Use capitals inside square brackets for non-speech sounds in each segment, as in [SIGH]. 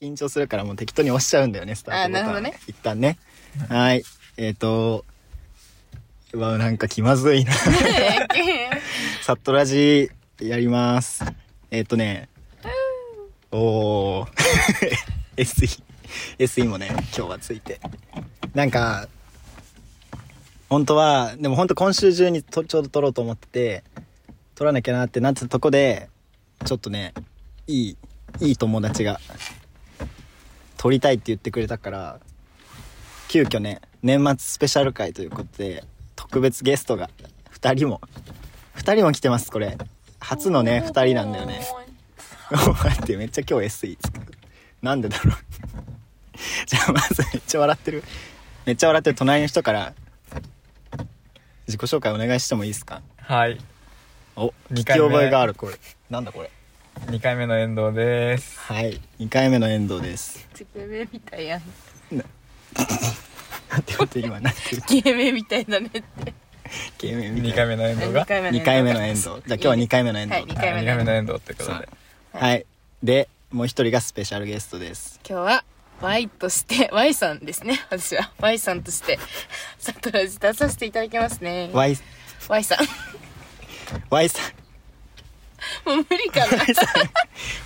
緊張するからもう適当に押しちゃうんだよね、スタートボタン。あなるほどね。一旦ね。はい。えっ、と、うわ、なんか気まずいな。 [LAUGHS] サットラジやります。えっ、とね、おー、SE、SE もね、今日はついて。なんか、本当は、でも本当今週中にとちょうど撮ろうと思ってて、撮らなきゃなってなってたとこで、ちょっとね、いい、いい友達が、撮りたいって言ってくれたから、急遽ね、年末スペシャル会ということで、特別ゲストが2人も、2人も来てます、これ。初のね、2人 [LAUGHS] なんだよね。待って、めっちゃ今日 SE 使う。なんでだろう。じゃあまずめっちゃ笑ってる。めっちゃ笑ってる隣の人から、自己紹介お願いしてもいいですかはい。お、聞き二回目覚えがある、これ。なんだこれ。 2回目の遠藤です。はい、2回目の遠藤です。つけめみたいやん。待って待って、今、なんて言うゲームみたいだねって。ゲームみ2た回い目の遠藤2が。回目二回目の遠藤。じゃあ今日は2回目の遠はい、藤2。 2回目回の目の遠藤ってことで。はい。で、もう一人がスペシャルゲストです。今日は Y として Y さんですね私は Y さんとしてサトラジ出させていただきますね Y, Y、さん [LAUGHS] Y さん、もう無理かな [LAUGHS] Y さん、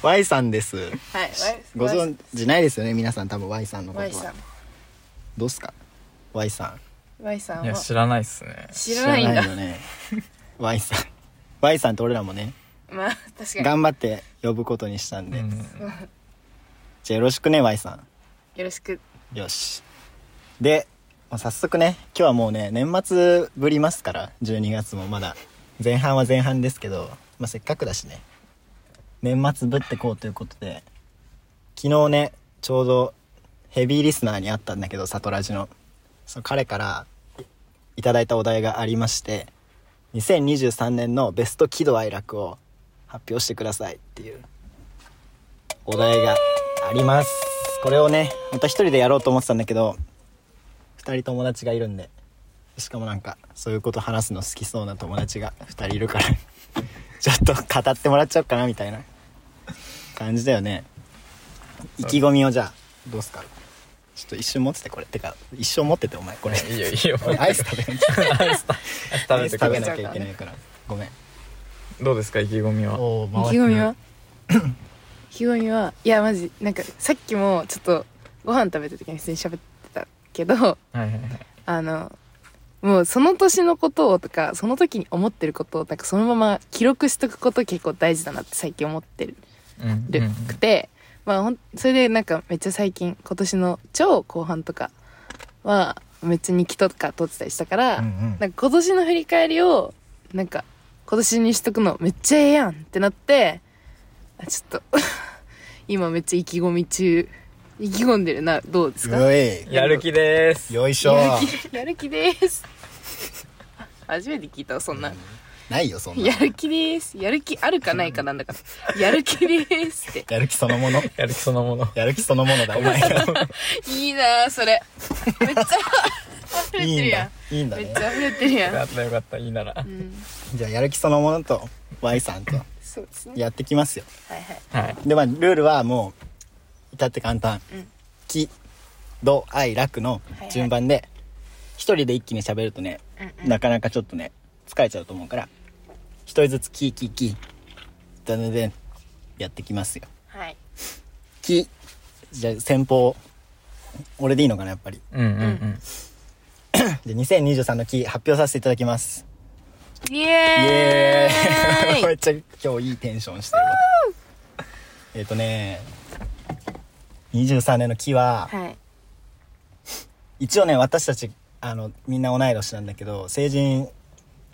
Y さんです。はい Y ご存知ないですよね、皆さん多分 Y さんのこ Y とさはん。どうっすか ?Y さん。 Y さいんや、は知らないっすね。知らないんだ知よね。Y さん。Y さんって俺らもね、まあ確かに頑張って呼ぶことにしたんうで。ん。じゃあよろしくね、Y さん。よろしくよし。で、まあ早速ね、今日はもうね、年末ぶりますから、12月もまだ。前半は前半ですけど、まあ、せっかくだしね、年末ぶってこうということで、昨日ね、ちょうどヘビーリスナーに会ったんだけど、サトラジの。その彼からいただいたお題がありまして、2023年のベスト喜怒哀楽を発表してくださいっていうお題がありますこれをねまた一人でやろうと思ってたんだけど二人友達がいるんでしかもなんかそういうこと話すの好きそうな友達が二人いるから [LAUGHS] ちょっと語ってもらっちゃおうかなみたいな感じだよね意気込みをじゃあどうすかちょっと一瞬持っててこれてか一生持っててお前これいいよ、いいよ。 [LAUGHS] 俺アイス食べなきゃア食イべス食てくべだなさきゃい。いけないからごめんどうですか、意気込みは。おお意気込みは [COUGHS] 意気込みはいやマジなんかさっきもちょっとご飯食べた時に普通に喋ってたけどはいはいはい。あのもうその年のことをとかその時に思ってることをなんかそのまま記録しとくこと結構大事だなって最近思ってるうんるくて、まあほんそれでなんかめっちゃ最近今年の超後半とかはめっちゃ日記とか撮ってたりしたから、うんうんなんか今年の振り返りをなんか今年にしとくのめっちゃええやんってなってあちょっと [LAUGHS] 今めっちゃ意気込み中意気込んでるなどうですかよいやる気です。よいしょやる気やる気 [LAUGHS] です初めて聞いたわそんな、ないよそんなのやる気ですやる気あるかないかなん [LAUGHS] だからやる気ですってやる気そのものやる気そのもの。やる気そのも [LAUGHS] のだお前がいいなあそれめっちゃ溢いれているんやだいいんんだめっねちゃ溢れてるよやかんったよかった、いいなら。じゃあやる気そのものと Y さんとそうですねやってきますよはいはいはい。でまあルールはもう至って簡単うん喜怒哀楽の順番で一人で一気に喋るとねうんうんなかなかちょっとね疲れちゃうと思うから一人ずつキーキーキーだねでやってきますよはいキじゃあ先方俺でいいのかなやっぱりうんうんうん。じゃあ2023のキ発表させていただきますイイエエーイーイ [LAUGHS] めっちゃ今日いいテンションしてるわえっとね23年の木は、はい一応ね私たちあのみんな同い年なんだけど成人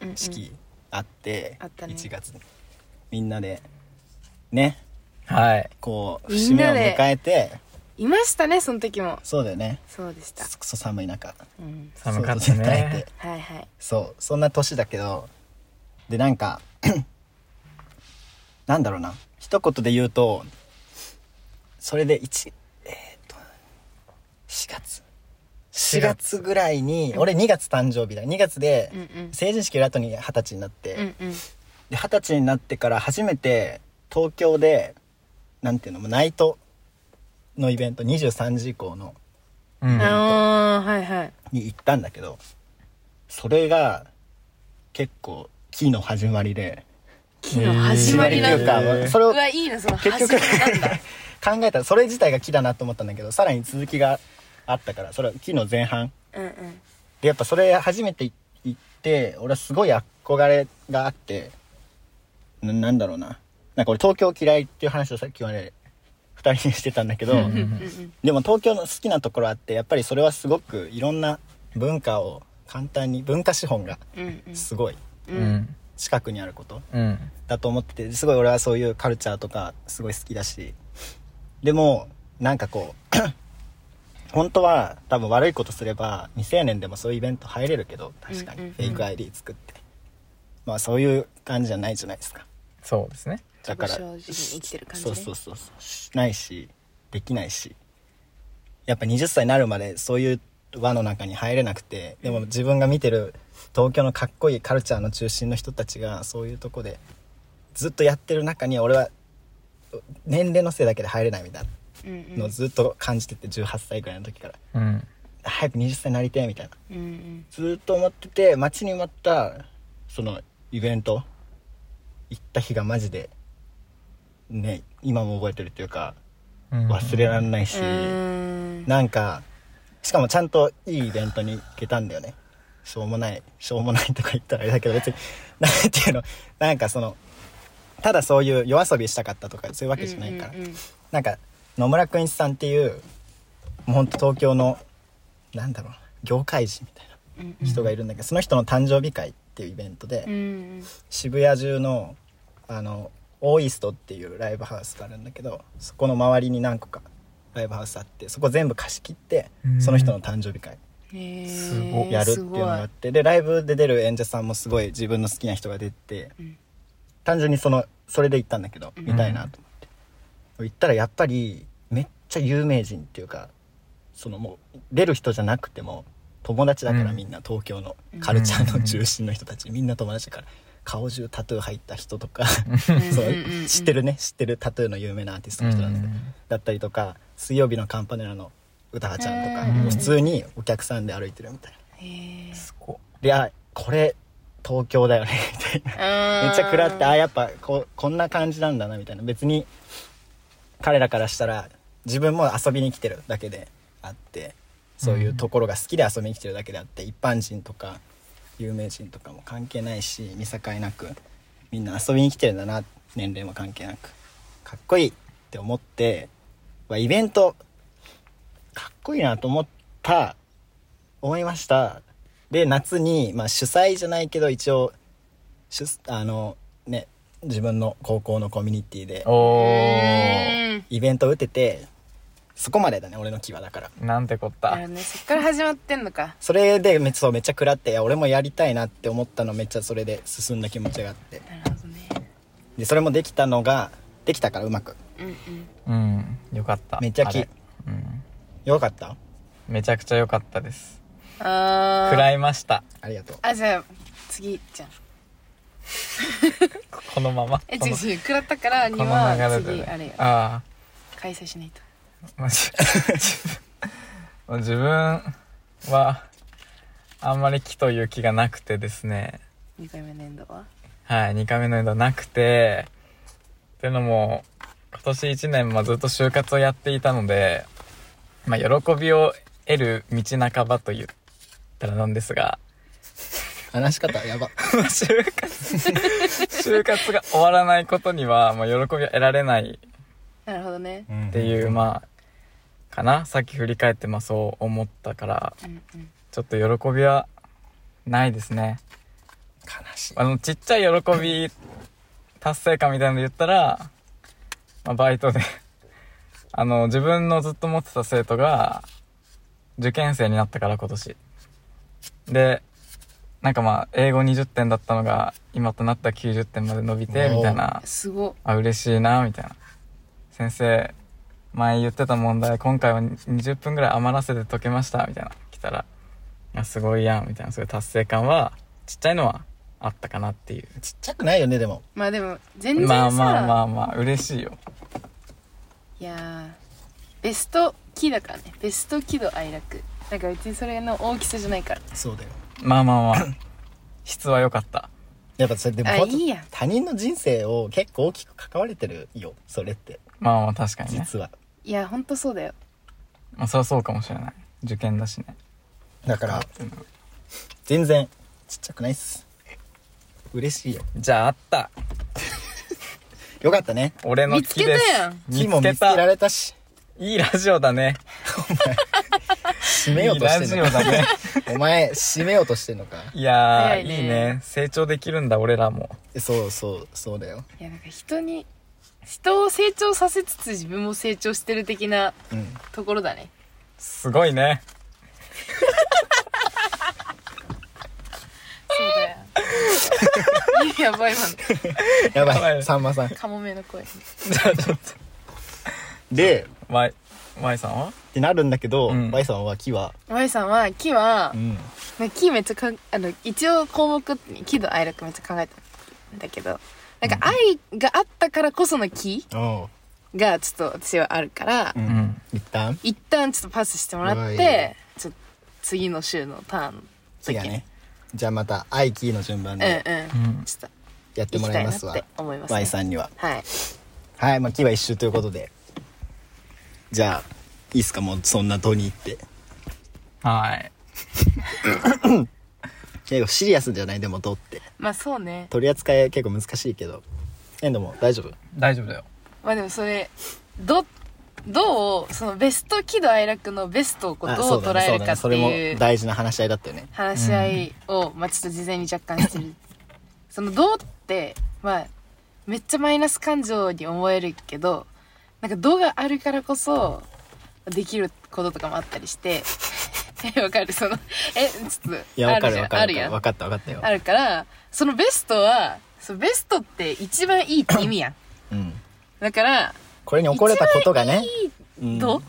うんうん式あって、あったね1月にみんなでねはい。こうみ節ん目なをで迎えていましたねその時もそうだよねそうでしたくそ寒い中うん寒かった外で耐えねて。はいはいそうそんな年だけどでなんか [CLEARS THROAT] なんだろうな一言で言うとそれで1えーっと4月4月ぐらいに俺2月誕生日だ2月でうんうん成人式の後に二十歳になって、うんうんで二十歳になってから初めて東京でなんていうのもうナイトのイベント23時以降のうん。ああのー、はいはい。に行ったんだけどそれが結構期の始まりで木の始まりなんだ。始まりというかそれうをわ、いいな、その始結ま局りなん [LAUGHS] だ。考えたらそれ自体が木だなと思ったんだけどさらに続きがあったからそれは木の前半うんうん。でやっぱそれ初めて行って俺はすごい憧れがあってななんだろうななんか俺東京嫌いっていう話をさっきまで2人にしてたんだけど、うんううんんうん。でも東京の好きなところあってやっぱりそれはすごくいろんな文化を簡単に文化資本がうんうん。すごいうん。近くにあることうん。だと思っててすごい俺はそういうカルチャーとかすごい好きだしでもなんかこう [CLEARS THROAT] 本当は多分悪いことすれば未成年でもそういうイベント入れるけど確かうんうんうにんフェイク ID 作ってまあそういう感じじゃないじゃないですかそうですね。だから自己承知に生きてる感じそねうそうそうそうしないしできないしやっぱ20歳になるまでそういう輪の中に入れなくてでも自分が見てる東京のかっこいいカルチャーの中心の人たちがそういうとこでずっとやってる中に俺は年齢のせいだけで入れないみたいうんうなのをん。ずっと感じてて18歳ぐらいの時からうん。早く20歳になりてえみたいなうんうん。ずっと思ってて待ちに待ったそのイベント行った日がマジでね今も覚えてるっていうかうん忘れられないし、うーん。なんかしかもちゃんといいイベントに行けたんだよねしょうもないしょうもないとか言ったらあれだけど別に [LAUGHS] なんていうのなんかそのただそういう夜遊びしたかったとかそういうわけじゃないから、うんうんうんなんか野村くんいちさんっていうもうほんと東京のなんだろうな業界人みたいなうん人がいるんだけど、その人の誕生日会っていうイベントで、うん渋谷中のあのオーイーストっていうライブハウスがあるんだけどそこの周りに何個かライブハウスあってそこ全部貸し切ってうんその人の誕生日会うん。へーすごいやるっていうのがあって、でライブで出る演者さんもすごい自分の好きな人が出て、うん単純にそのそれで行ったんだけどうん見たいなと思って、行ったらやっぱりめっちゃ有名人っていうかそのもう出る人じゃなくても友達だからうんみんな東京のカルチャーの中心の人たち、みんな友達だから顔中タトゥー入った人とかすごい [LAUGHS] そううんうんうん知ってるね知ってるタトゥーの有名なアーティストの人なんだけどだったりとか水曜日のカンパネラの歌葉ちゃんとか、うん普通にお客さんで歩いてるみたいな。へーすごいやこれ東京だよね [LAUGHS] みたいなめっちゃ食らってあやっぱここんな感じなんだなみたいな別に彼らからしたら自分も遊びに来てるだけであってそういうところが好きで遊びに来てるだけであって、一般人とか有名人とかも関係ないし見境なくみんな遊びに来てるんだな年齢も関係なくかっこいいって思ってまあイベントかっこいいなと思った思いましたで夏に、まあ、主催じゃないけど一応主あのね自分の高校のコミュニティでおーうんイベント打ててそこまでだね俺の気はだからなんてこっなたるほどねそっから始まってんのかそれでめそうめっちゃ食らっていや俺もやりたいなって思ったのめっちゃそれで進んだ気持ちがあってなるほどねでそれもできたのができたからうまくうんうんうんよかっためっちゃきあれうんよかっためちゃくちゃ良かったですあ食らいいましたありがとうあじゃあ次じゃんこのままえこ違うの違う食らったからにこの流はれで次ねあれよあ開催しないとあマジ自分はあんまり木という気がなくてですね2回目のエンドははい、2回目のエンドなくて、っていうのも、今年1年、まあ、ずっと就活をやっていたので、まあ、喜びを得る道半ばと言ったらなんですが、話し方やば就活、 [LAUGHS] 就活が終わらないことには、まあ、喜びを得られないなるほどねっっていう、まあ、かなさっき振り返って、まあ、そう思ったから、うんうんちょっと喜びはないですね。悲しいあの、ちっちゃい喜び、達成感みたいなの言ったら、まあ、バイトで、 [LAUGHS] あの、自分のずっと持ってた生徒が、受験生になったから今年。で、なんかまあ、英語20点だったのが、今となった90点まで伸びおて、ーみたいな。すごっあ、嬉しいな、みたいな。先生、前言ってた問題、今回は20分ぐらい余らせて解けました、みたいな。来たら、あ、すごいやん、みたいな。そういう達成感は、ちっちゃいのはあったかなっていう。ちっちゃくないよねでもまあでも全然まさあまあまあまあ、嬉しいよ。いやーベストキだからねベスト喜怒哀楽なんか別にそれの大きさじゃないからそうだよまあまあ [COUGHS] まあ質は良かったやっぱそれでもあほんといいや他人の人生を結構大きく関われてるよそれってまあまあ確かにね実は、いやほんとそうだよまあそりゃそうかもしれない受験だしねだから全然ちっちゃくないっす嬉しいよじゃああったよかったね俺の見つけ木たですやん木も見つけられたしいいラジオだね締めようとしてんのかいいラジオだね [LAUGHS] お前締めようとしてんのかいや早ーいいねいね成長できるんだ俺らもそうそうそうだよいやなんか人に人を成長させつつ自分も成長してる的なうんところだねすごいねそうだ [LAUGHS] よ [LAUGHS] いややばい今のややばばいいさんまさんカモメの声じゃあちょっでと Y, y さんはってなるんだけど、うん Y さんは木は、 Y さんは木はう、ん、なんか木めっちゃかんあの一応項目に喜怒哀楽めっちゃ考えたんだけどなんか愛があったからこその木おうがちょっと私はあるから、う、うんん一旦一旦ちょっとパスしてもらっうわいいてちょっと次の週のターン次はねじゃあまた愛キーの順番うんうんでうんちょっやってと行もらきたいいまなっすわ、て思います、 Y さんにははいはいまあ木は一周ということでじゃあいいっすかもうそんな度に行ってはい結構シリアスじゃないでも度ってまあそうね取り扱い結構難しいけどエンドも大丈夫大丈夫だよまあでもそれどどうそのベスト喜怒哀楽のベストをこうあどそううだ捉ねえそうるだかねってそれいもう大事な話し合いだったよね話し合いを、まあちょっと事前に若干してるその「どう?」ってまあめっちゃマイナス感情に思えるけどなんか「どう?」があるからこそできることとかもあったりして [LAUGHS] えわかるそのえちょっといやわかあるるじゃわんかあるるやんわかったわかったよあるからそのベストはそのベストって一番いいって意味やんうんだからこれに怒れたことがねう「んどう?」っ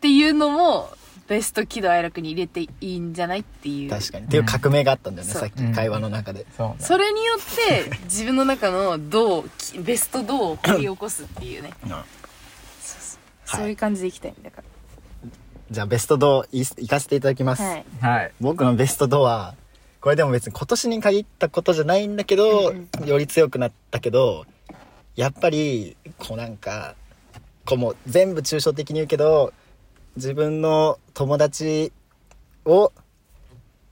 ていうのもベスト喜怒哀楽に入れていいんじゃないっていう確かにっていう革命があったんだよねそうさっうきん会話の中でそうねそれによって自分の中のどうきベストどうを掘り起こすっていうねそういう感じでいきたいんだかじゃあベストドい行かせていただきますらはいはい僕のベストドはこれでも別に今年に限ったことじゃないんだけど、うんより強くなったけどやっぱりこうなんかこうもう全部抽象的に言うけど自分の友達を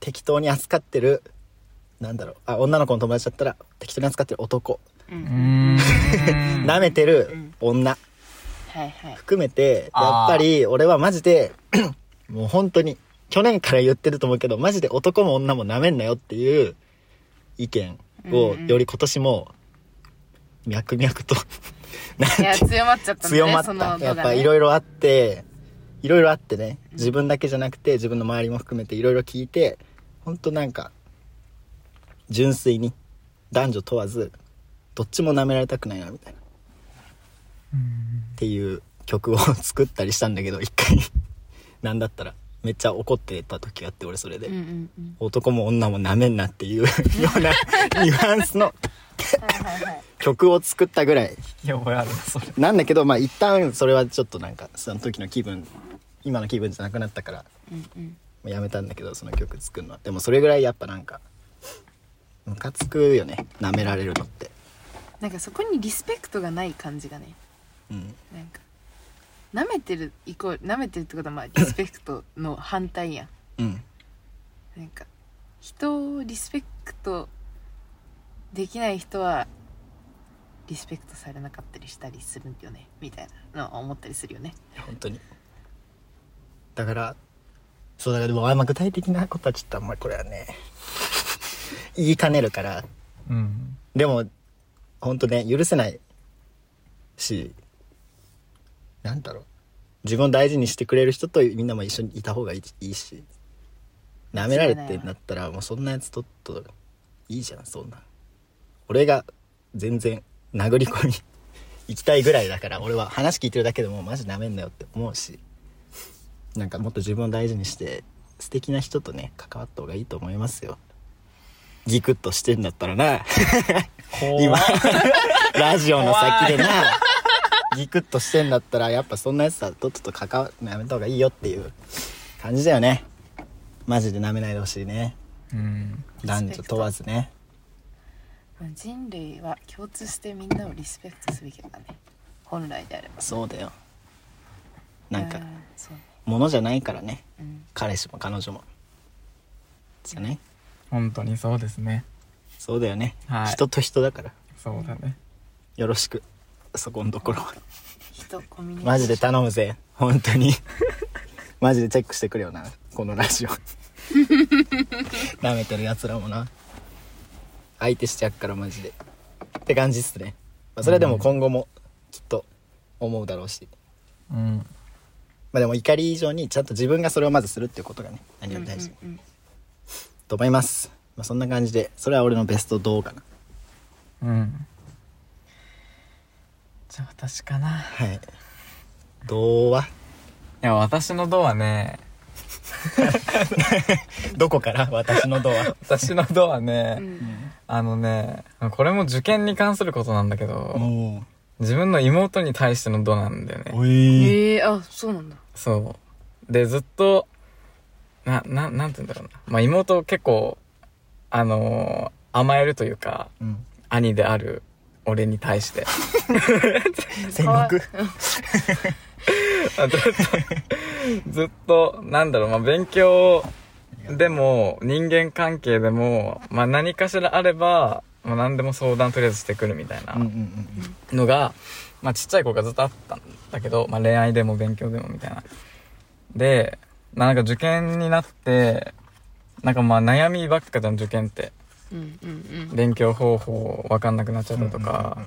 適当に扱ってるなんだろうあ女の子の友達だったら適当に扱ってる男ううんーん [LAUGHS] 舐めてる女はいはい含めてやあっーぱり俺はマジで [CLEARS THROAT] もう本当に去年から言ってると思うけどマジで男も女もなめんなよっていう意見をうんうんより今年も脈々となんいやて強まっちゃったんだね強まっそのた度やがっねぱいろいろあっていろいろあってね自分だけじゃなくて自分の周りも含めていろいろ聞いて本当なんか純粋に男女問わずどっちもなめられたくないなみたいなっていう曲を作ったりしたんだけど一回なんだったらめっちゃ怒ってた時があって俺それで、うんうんうん男も女もなめんなっていうようなニュアンスのはいはいはい曲を作ったぐらいいや覚えあるなそれなんだけどまあ一旦それはちょっとなんかその時の気分今の気分じゃなくなったからうんうんもうやめたんだけどその曲作るのはでもそれぐらいやっぱなんかムカつくよねなめられるのってなんかそこにリスペクトがない感じがねうんなんか舐めてるイコール舐めてるってことはまあリスペクトの反対やんうんなんか人をリスペクトできない人はリスペクトされなかったりしたりするよねみたいなのは思ったりするよね本当にだからそうだからでもあんま具体的なことはちょっとあんまりこれはね言いかねるからうんでも本当ね許せないしなんだろう自分を大事にしてくれる人とみんなも一緒にいた方がいいいいし舐められてんだったらもうそんなやつとっといいじゃんそんな俺が全然殴り込み [LAUGHS] 行きたいぐらいだから俺は話聞いてるだけでもうマジ舐めんなよって思うしなんかもっと自分を大事にして素敵な人とね関わった方がいいと思いますよギクッとしてんだったらな怖っ今ラジオの先でなギクッとしてんだったらやっぱそんなやつはとっとと関わやめた方がいいよっていう感じだよねマジで舐めないでほしいねうん男女問わずね人類は共通してみんなをリスペクトすべきだね本来であればそうだよなんかうそうねものじゃないからねうん彼氏も彼女もじゃね本当にそうですねそうだよね、はい人と人だからそうだねよろしくそこのところは人コミュニケーマショジンで頼むぜ本当に [LAUGHS] マジでチェックしてくれよなこのラジオ舐めてる奴らもな相手してやっからマジでって感じっすね、まあ、それでも今後もきっと思うだろうし、うんまあでも怒り以上にちゃんと自分がそれをまずするっていうことがね何より大事うんうんと思います、まあ、そんな感じでそれは俺のベストどうかなうんじゃあ私かないはいどうはや私のドはねどこから私のどう [LAUGHS] は私のドはね、うんうんあのねこれも受験に関することなんだけど、も自分の妹に対してのドなんだよねうおいええあそうなんだそう。で、ずっと、な、な、なんて言うんだろうな。まあ、妹結構、あのー甘えるというか、うん兄である俺に対して。 [LAUGHS] 戦かわい国ずっと、ずっと、なんだろう、まあ、勉強でも、人間関係でも、まあ、何かしらあれば、まあ、何でも相談とりあえずしてくるみたいなうんうんうんのが、まあ、ちっちゃい子がずっとあったんだけど、まあ、恋愛でも勉強でもみたいな。で、まあ、なんか受験になって、なんかまあ悩みばっかじゃん、受験って。うんうんうん勉強方法わかんなくなっちゃったとか、うんうんうんうん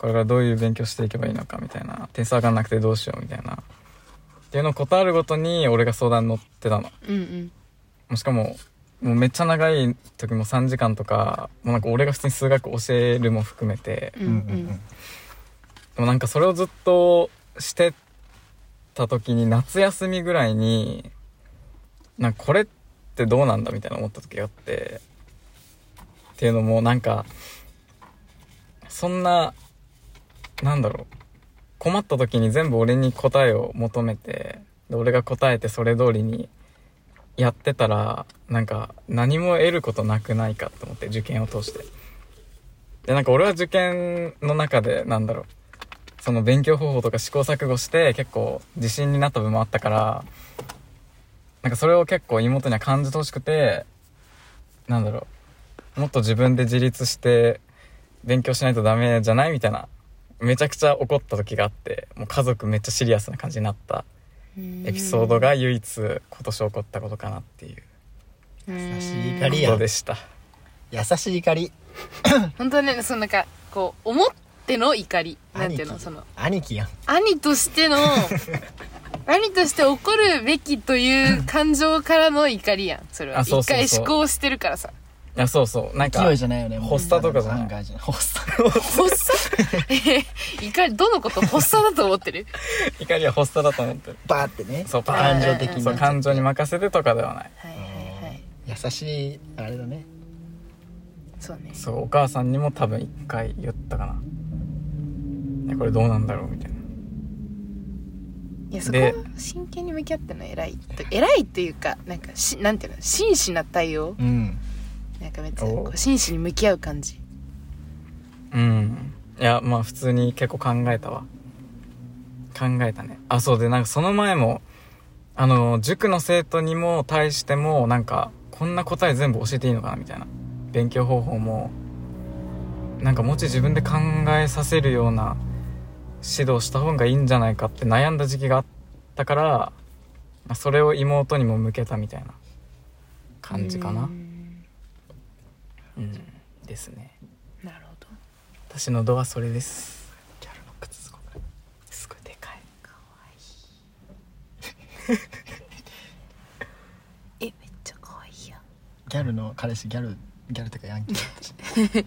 これからどういう勉強していけばいいのかみたいな、点数わかんなくてどうしようみたいな。っていうのを断るごとに俺が相談に乗ってたの。うんうんもうしかも、もうめっちゃ長い時も3時間とか、もうなんか俺が普通に数学教えるも含めて、うんううんうんうんんでもなんかそれをずっとしてた時に夏休みぐらいに、なんかこれってどうなんだみたいな思った時があって、っていうのもなんか、そんな、なんだろう、困った時に全部俺に答えを求めて、で俺が答えてそれ通りにやってたら、なんか何も得ることなくないかと思って受験を通して。で、なんか俺は受験の中で、なんだろう、その勉強方法とか試行錯誤して結構自信になった部分もあったから、なんかそれを結構妹には感じてほしくて、なんだろう、もっと自分で自立して勉強しないとダメじゃないみたいな、めちゃくちゃ怒った時があって、もう家族めっちゃシリアスな感じになったうんエピソードが唯一今年起こったことかなっていう優しい怒こりやとでした。優しい怒り本当ねそのなんかこう思っての怒りなんていうのその兄貴やん兄として [LAUGHS] の兄として怒るべきという感情からの怒りやんそれはあそう一そうそう回思考してるからさいや、そうそう。なんか、勢いじゃないよねもう発作とかじゃないんかじゃ [LAUGHS] ない発作発作 [LAUGHS] え怒りどのこと発作だと思ってる怒りは発作だと思ってる。バーってねそう、パーン感って情的にそう、感情に任せてとかではない。はいはいはい優しいあれだねそうねそうお母さんにも多分一回言ったかなねこれどうなんだろうみたいないやそこはで真剣に向き合っての偉いと偉いっていうかなんかしなんていうの真摯な対応うんなんかめっちゃおうこう真摯に向き合う感じうんいやまあ普通に結構考えたわ考えたねあそうでなんかその前もあの塾の生徒にも対してもなんかこんな答え全部教えていいのかなみたいな勉強方法もなんかもうちょい自分で考えさせるような指導した方がいいんじゃないかって悩んだ時期があったからまあそれを妹にも向けたみたいな感じかうなんうんですねなるほど私の度はそれですキャラの靴すごいすごいでかいえめっちゃ可愛いやギャルの彼氏ギャルギャルってかヤンキーだったし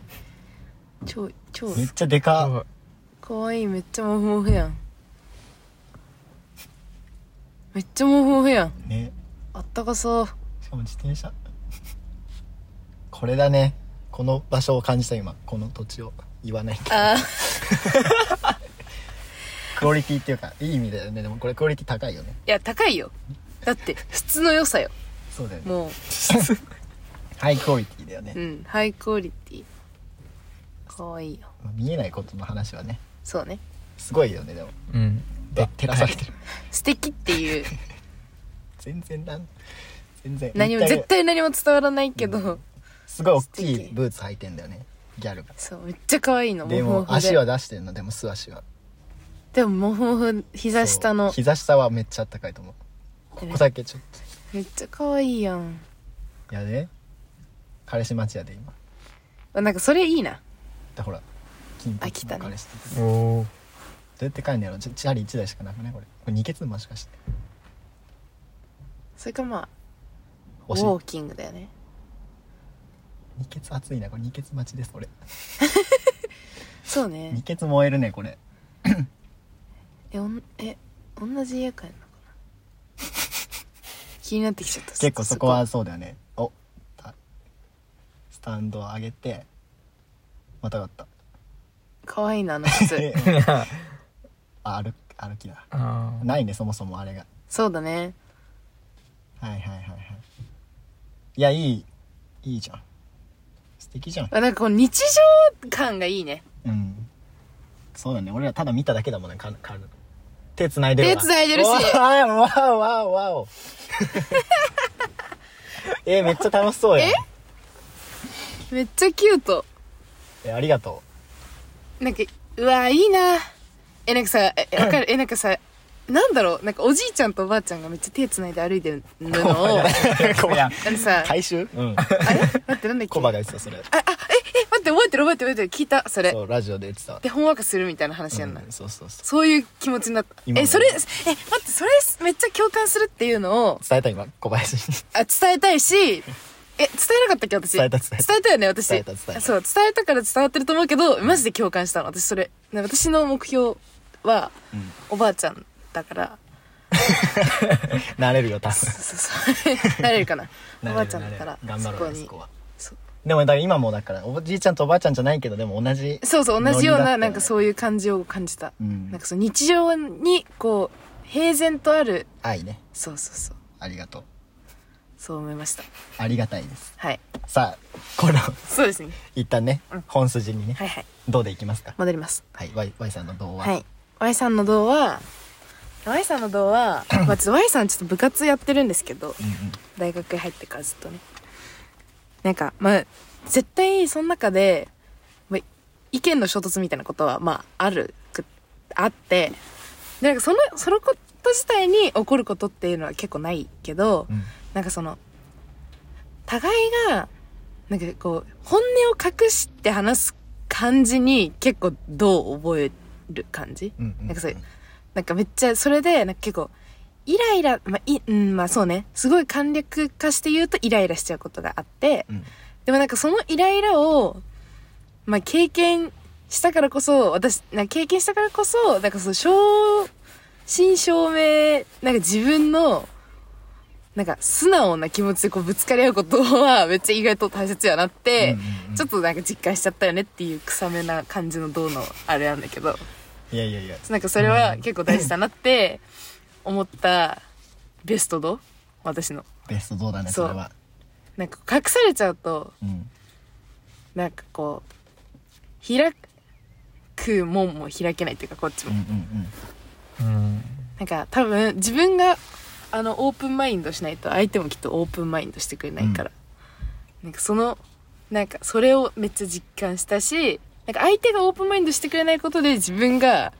超超めっちゃでかあ可愛いめっちゃモフモフやんめっちゃモフモフやんっねあったかそうしかも自転車これだねこの場所を感じた今この土地を言わないけどあクオリティっていうか、いい意味だよね。でもこれクオリティ高いよね。いや高いよだって質の良さよそうだよね。も [LAUGHS] ハイクオリティだよねうう。んハイクオリティかわいいよまあ見えないことの話はね、そうねすごいよね、でも。うん。 [LAUGHS] で、照らされてる。素敵っていう全然なん、全然。何も言いたい絶対何も伝わらないけど、すごい大きいブーツ履いてんだよね。ギャルが。そうめっちゃ可愛いのでモフもモ、フで足は出してるの、でも素足は。でもモフモフ膝下のそう膝下はめっちゃあったかいと思う。ここだけちょっと。めっちゃ可愛いやんいやね。彼氏待ちやで、今。あなんかそれいいなで、ほら。金あ来た髪のね彼氏とかおお。どうやって帰るんだろうチチャリ1台しかなくないこれ。これ2ケツもしかして。それかまあウ欲しい。ォーキングだよね二ケツ熱いなこれ二ケツ待ちですこれそう二ねケツ燃えるねこれえおんえ同じ家帰るのかな [LAUGHS] 気になってきちゃった結構そこはそうだよねおたスタンドを上げてまたがった可愛いなあの [LAUGHS] 靴えあ歩歩きだああ。ないねそもそもあれがそうだねはいはいはいはいいやいいいいじゃん素敵じゃんあなんかこの日常感がいいねうんそうだね俺らただ見ただけだもんねかか手繋いでるわ手繋いでるしわーわーわーわお [LAUGHS] えめっちゃ楽しそうやんめっちゃキュートえありがとなんかうわいいなえなんかさ [LAUGHS] ええわかるえなんかさなんだろうなんかおじいちゃんとおばあちゃんがめっちゃ手繋いで歩いてるの [LAUGHS] をう。あコ [LAUGHS] バ。のさ回収うん。あれ待ってなんだっけコバが言ってた、それ。え待って覚えてる覚えてる覚えてる聞いたそれそう、ラジオで言ってたわ。でほんわかするみたいな話やんな、うんそうそうそそういう気持ちになった今もえそれえ待ってそれめっちゃ共感するっていうのをう。伝えた今、小林に。あ伝えたいしえ伝えなかったっけ私伝えた伝えたよね私伝えた伝えたそう伝えたから伝わってると思うけどマジで共感したの私それね私の目標はうん。おばあちゃんだからなれるよ、多分。そうそ [LAUGHS] うそうなれるかなおばあちゃんなだれるかなられる頑張ろうね、そそここには。そうでも、だから今もだから、おじいちゃんとおばあちゃんじゃないけど、でも同じ。そうそう同じよノリだっうたなよねなんかそういう感じを感じた、うんなんかその日常にこう平然とある愛ね。そうそうそうありがとう。そう思いましたありがたいです。はいさあ、この、そうですね一旦ねうん、本筋にねは、いはいどうでいきますか戻りますはい、Y, y さんの動画。は。い Y さんの動は Y さんの動 [COUGHS] は、まあ、ちょっと Y さんちょっと部活やってるんですけどうんうん。大学入ってからずっとねなんかまあ絶対その中で、まあ、意見の衝突みたいなことはまああるくあってでなんかそのそのこと自体に起こることっていうのは結構ないけどうん。なんかその互いがなんかこう本音を隠して話す感じに結構どう覚える感じうんうん。なんかそういうなんかめっちゃ、それで、なんか結構、イライラ、まあ、い、うん、まあそうね。すごい簡略化して言うとイライラしちゃうことがあって、うん。でもなんかそのイライラを、まあ経験したからこそ、私、なんか経験したからこそ、なんかその正真正銘、なんか自分の、なんか素直な気持ちでこうぶつかり合うことは、めっちゃ意外と大切やなって、ちょっと。となんか実感しちゃったよねっていう臭めな感じの銅のあれなんだけど。いやいやいや。なんかそれは結構大事だなって思ったベスト度私の。ベストどうだね、そうそれは。なんか隠されちゃうと、うん。なんかこう、開くもんも開けないっていうかこっちうもんう。んうん。なんか多分自分があのオープンマインドしないと相手もきっとオープンマインドしてくれないから、なんかそのなんかそれをめっちゃ実感したしなんか相手がオープンマインドしてくれないことで自分が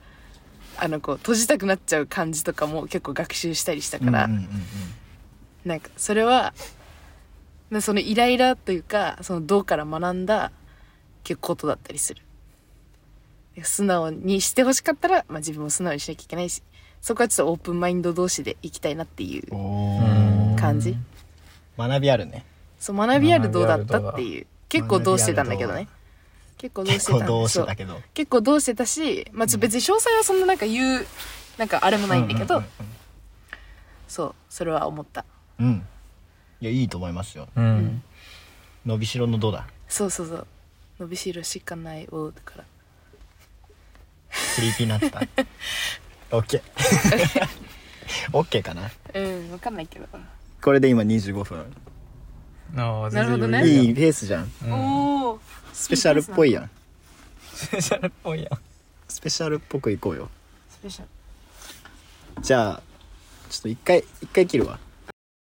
あのこう閉じたくなっちゃう感じとかも結構学習したりしたうん。から、うんうんうんうん。なんかそれはなそのイライラというかその銅から学んだ結構ことだったりする素直にしてほしかったら、まあ、自分も素直にしなきゃいけないしそこはちょっとオープンマインド同士でいきたいなっていうおうん感じ学びあるねそう学びある銅だったっていう結構どうしてたんだけど学びあねる結構どうし結てたん構だどうしてそたうけど結構どうしてたし、まあ、ちょっと別に詳細はそんななんか言うなんかあれもないんだけど、うんそうそれは思ったうんうんうんいやいいと思いますようん。伸びしろのどうだそうそうそう伸びしろしかないをだから [LAUGHS] クリーピーナッツだオッ [LAUGHS] ケー。オッケーかな。うん分かんないけど、これで今25分。ああなるほどね [LAUGHS] いいペースじゃん。うんおおスペシャルっぽいやん。スペシャルっぽいやんスペシャルっぽくいこうよ。スペシャルじゃあ、ちょっと一回、一回切るわ。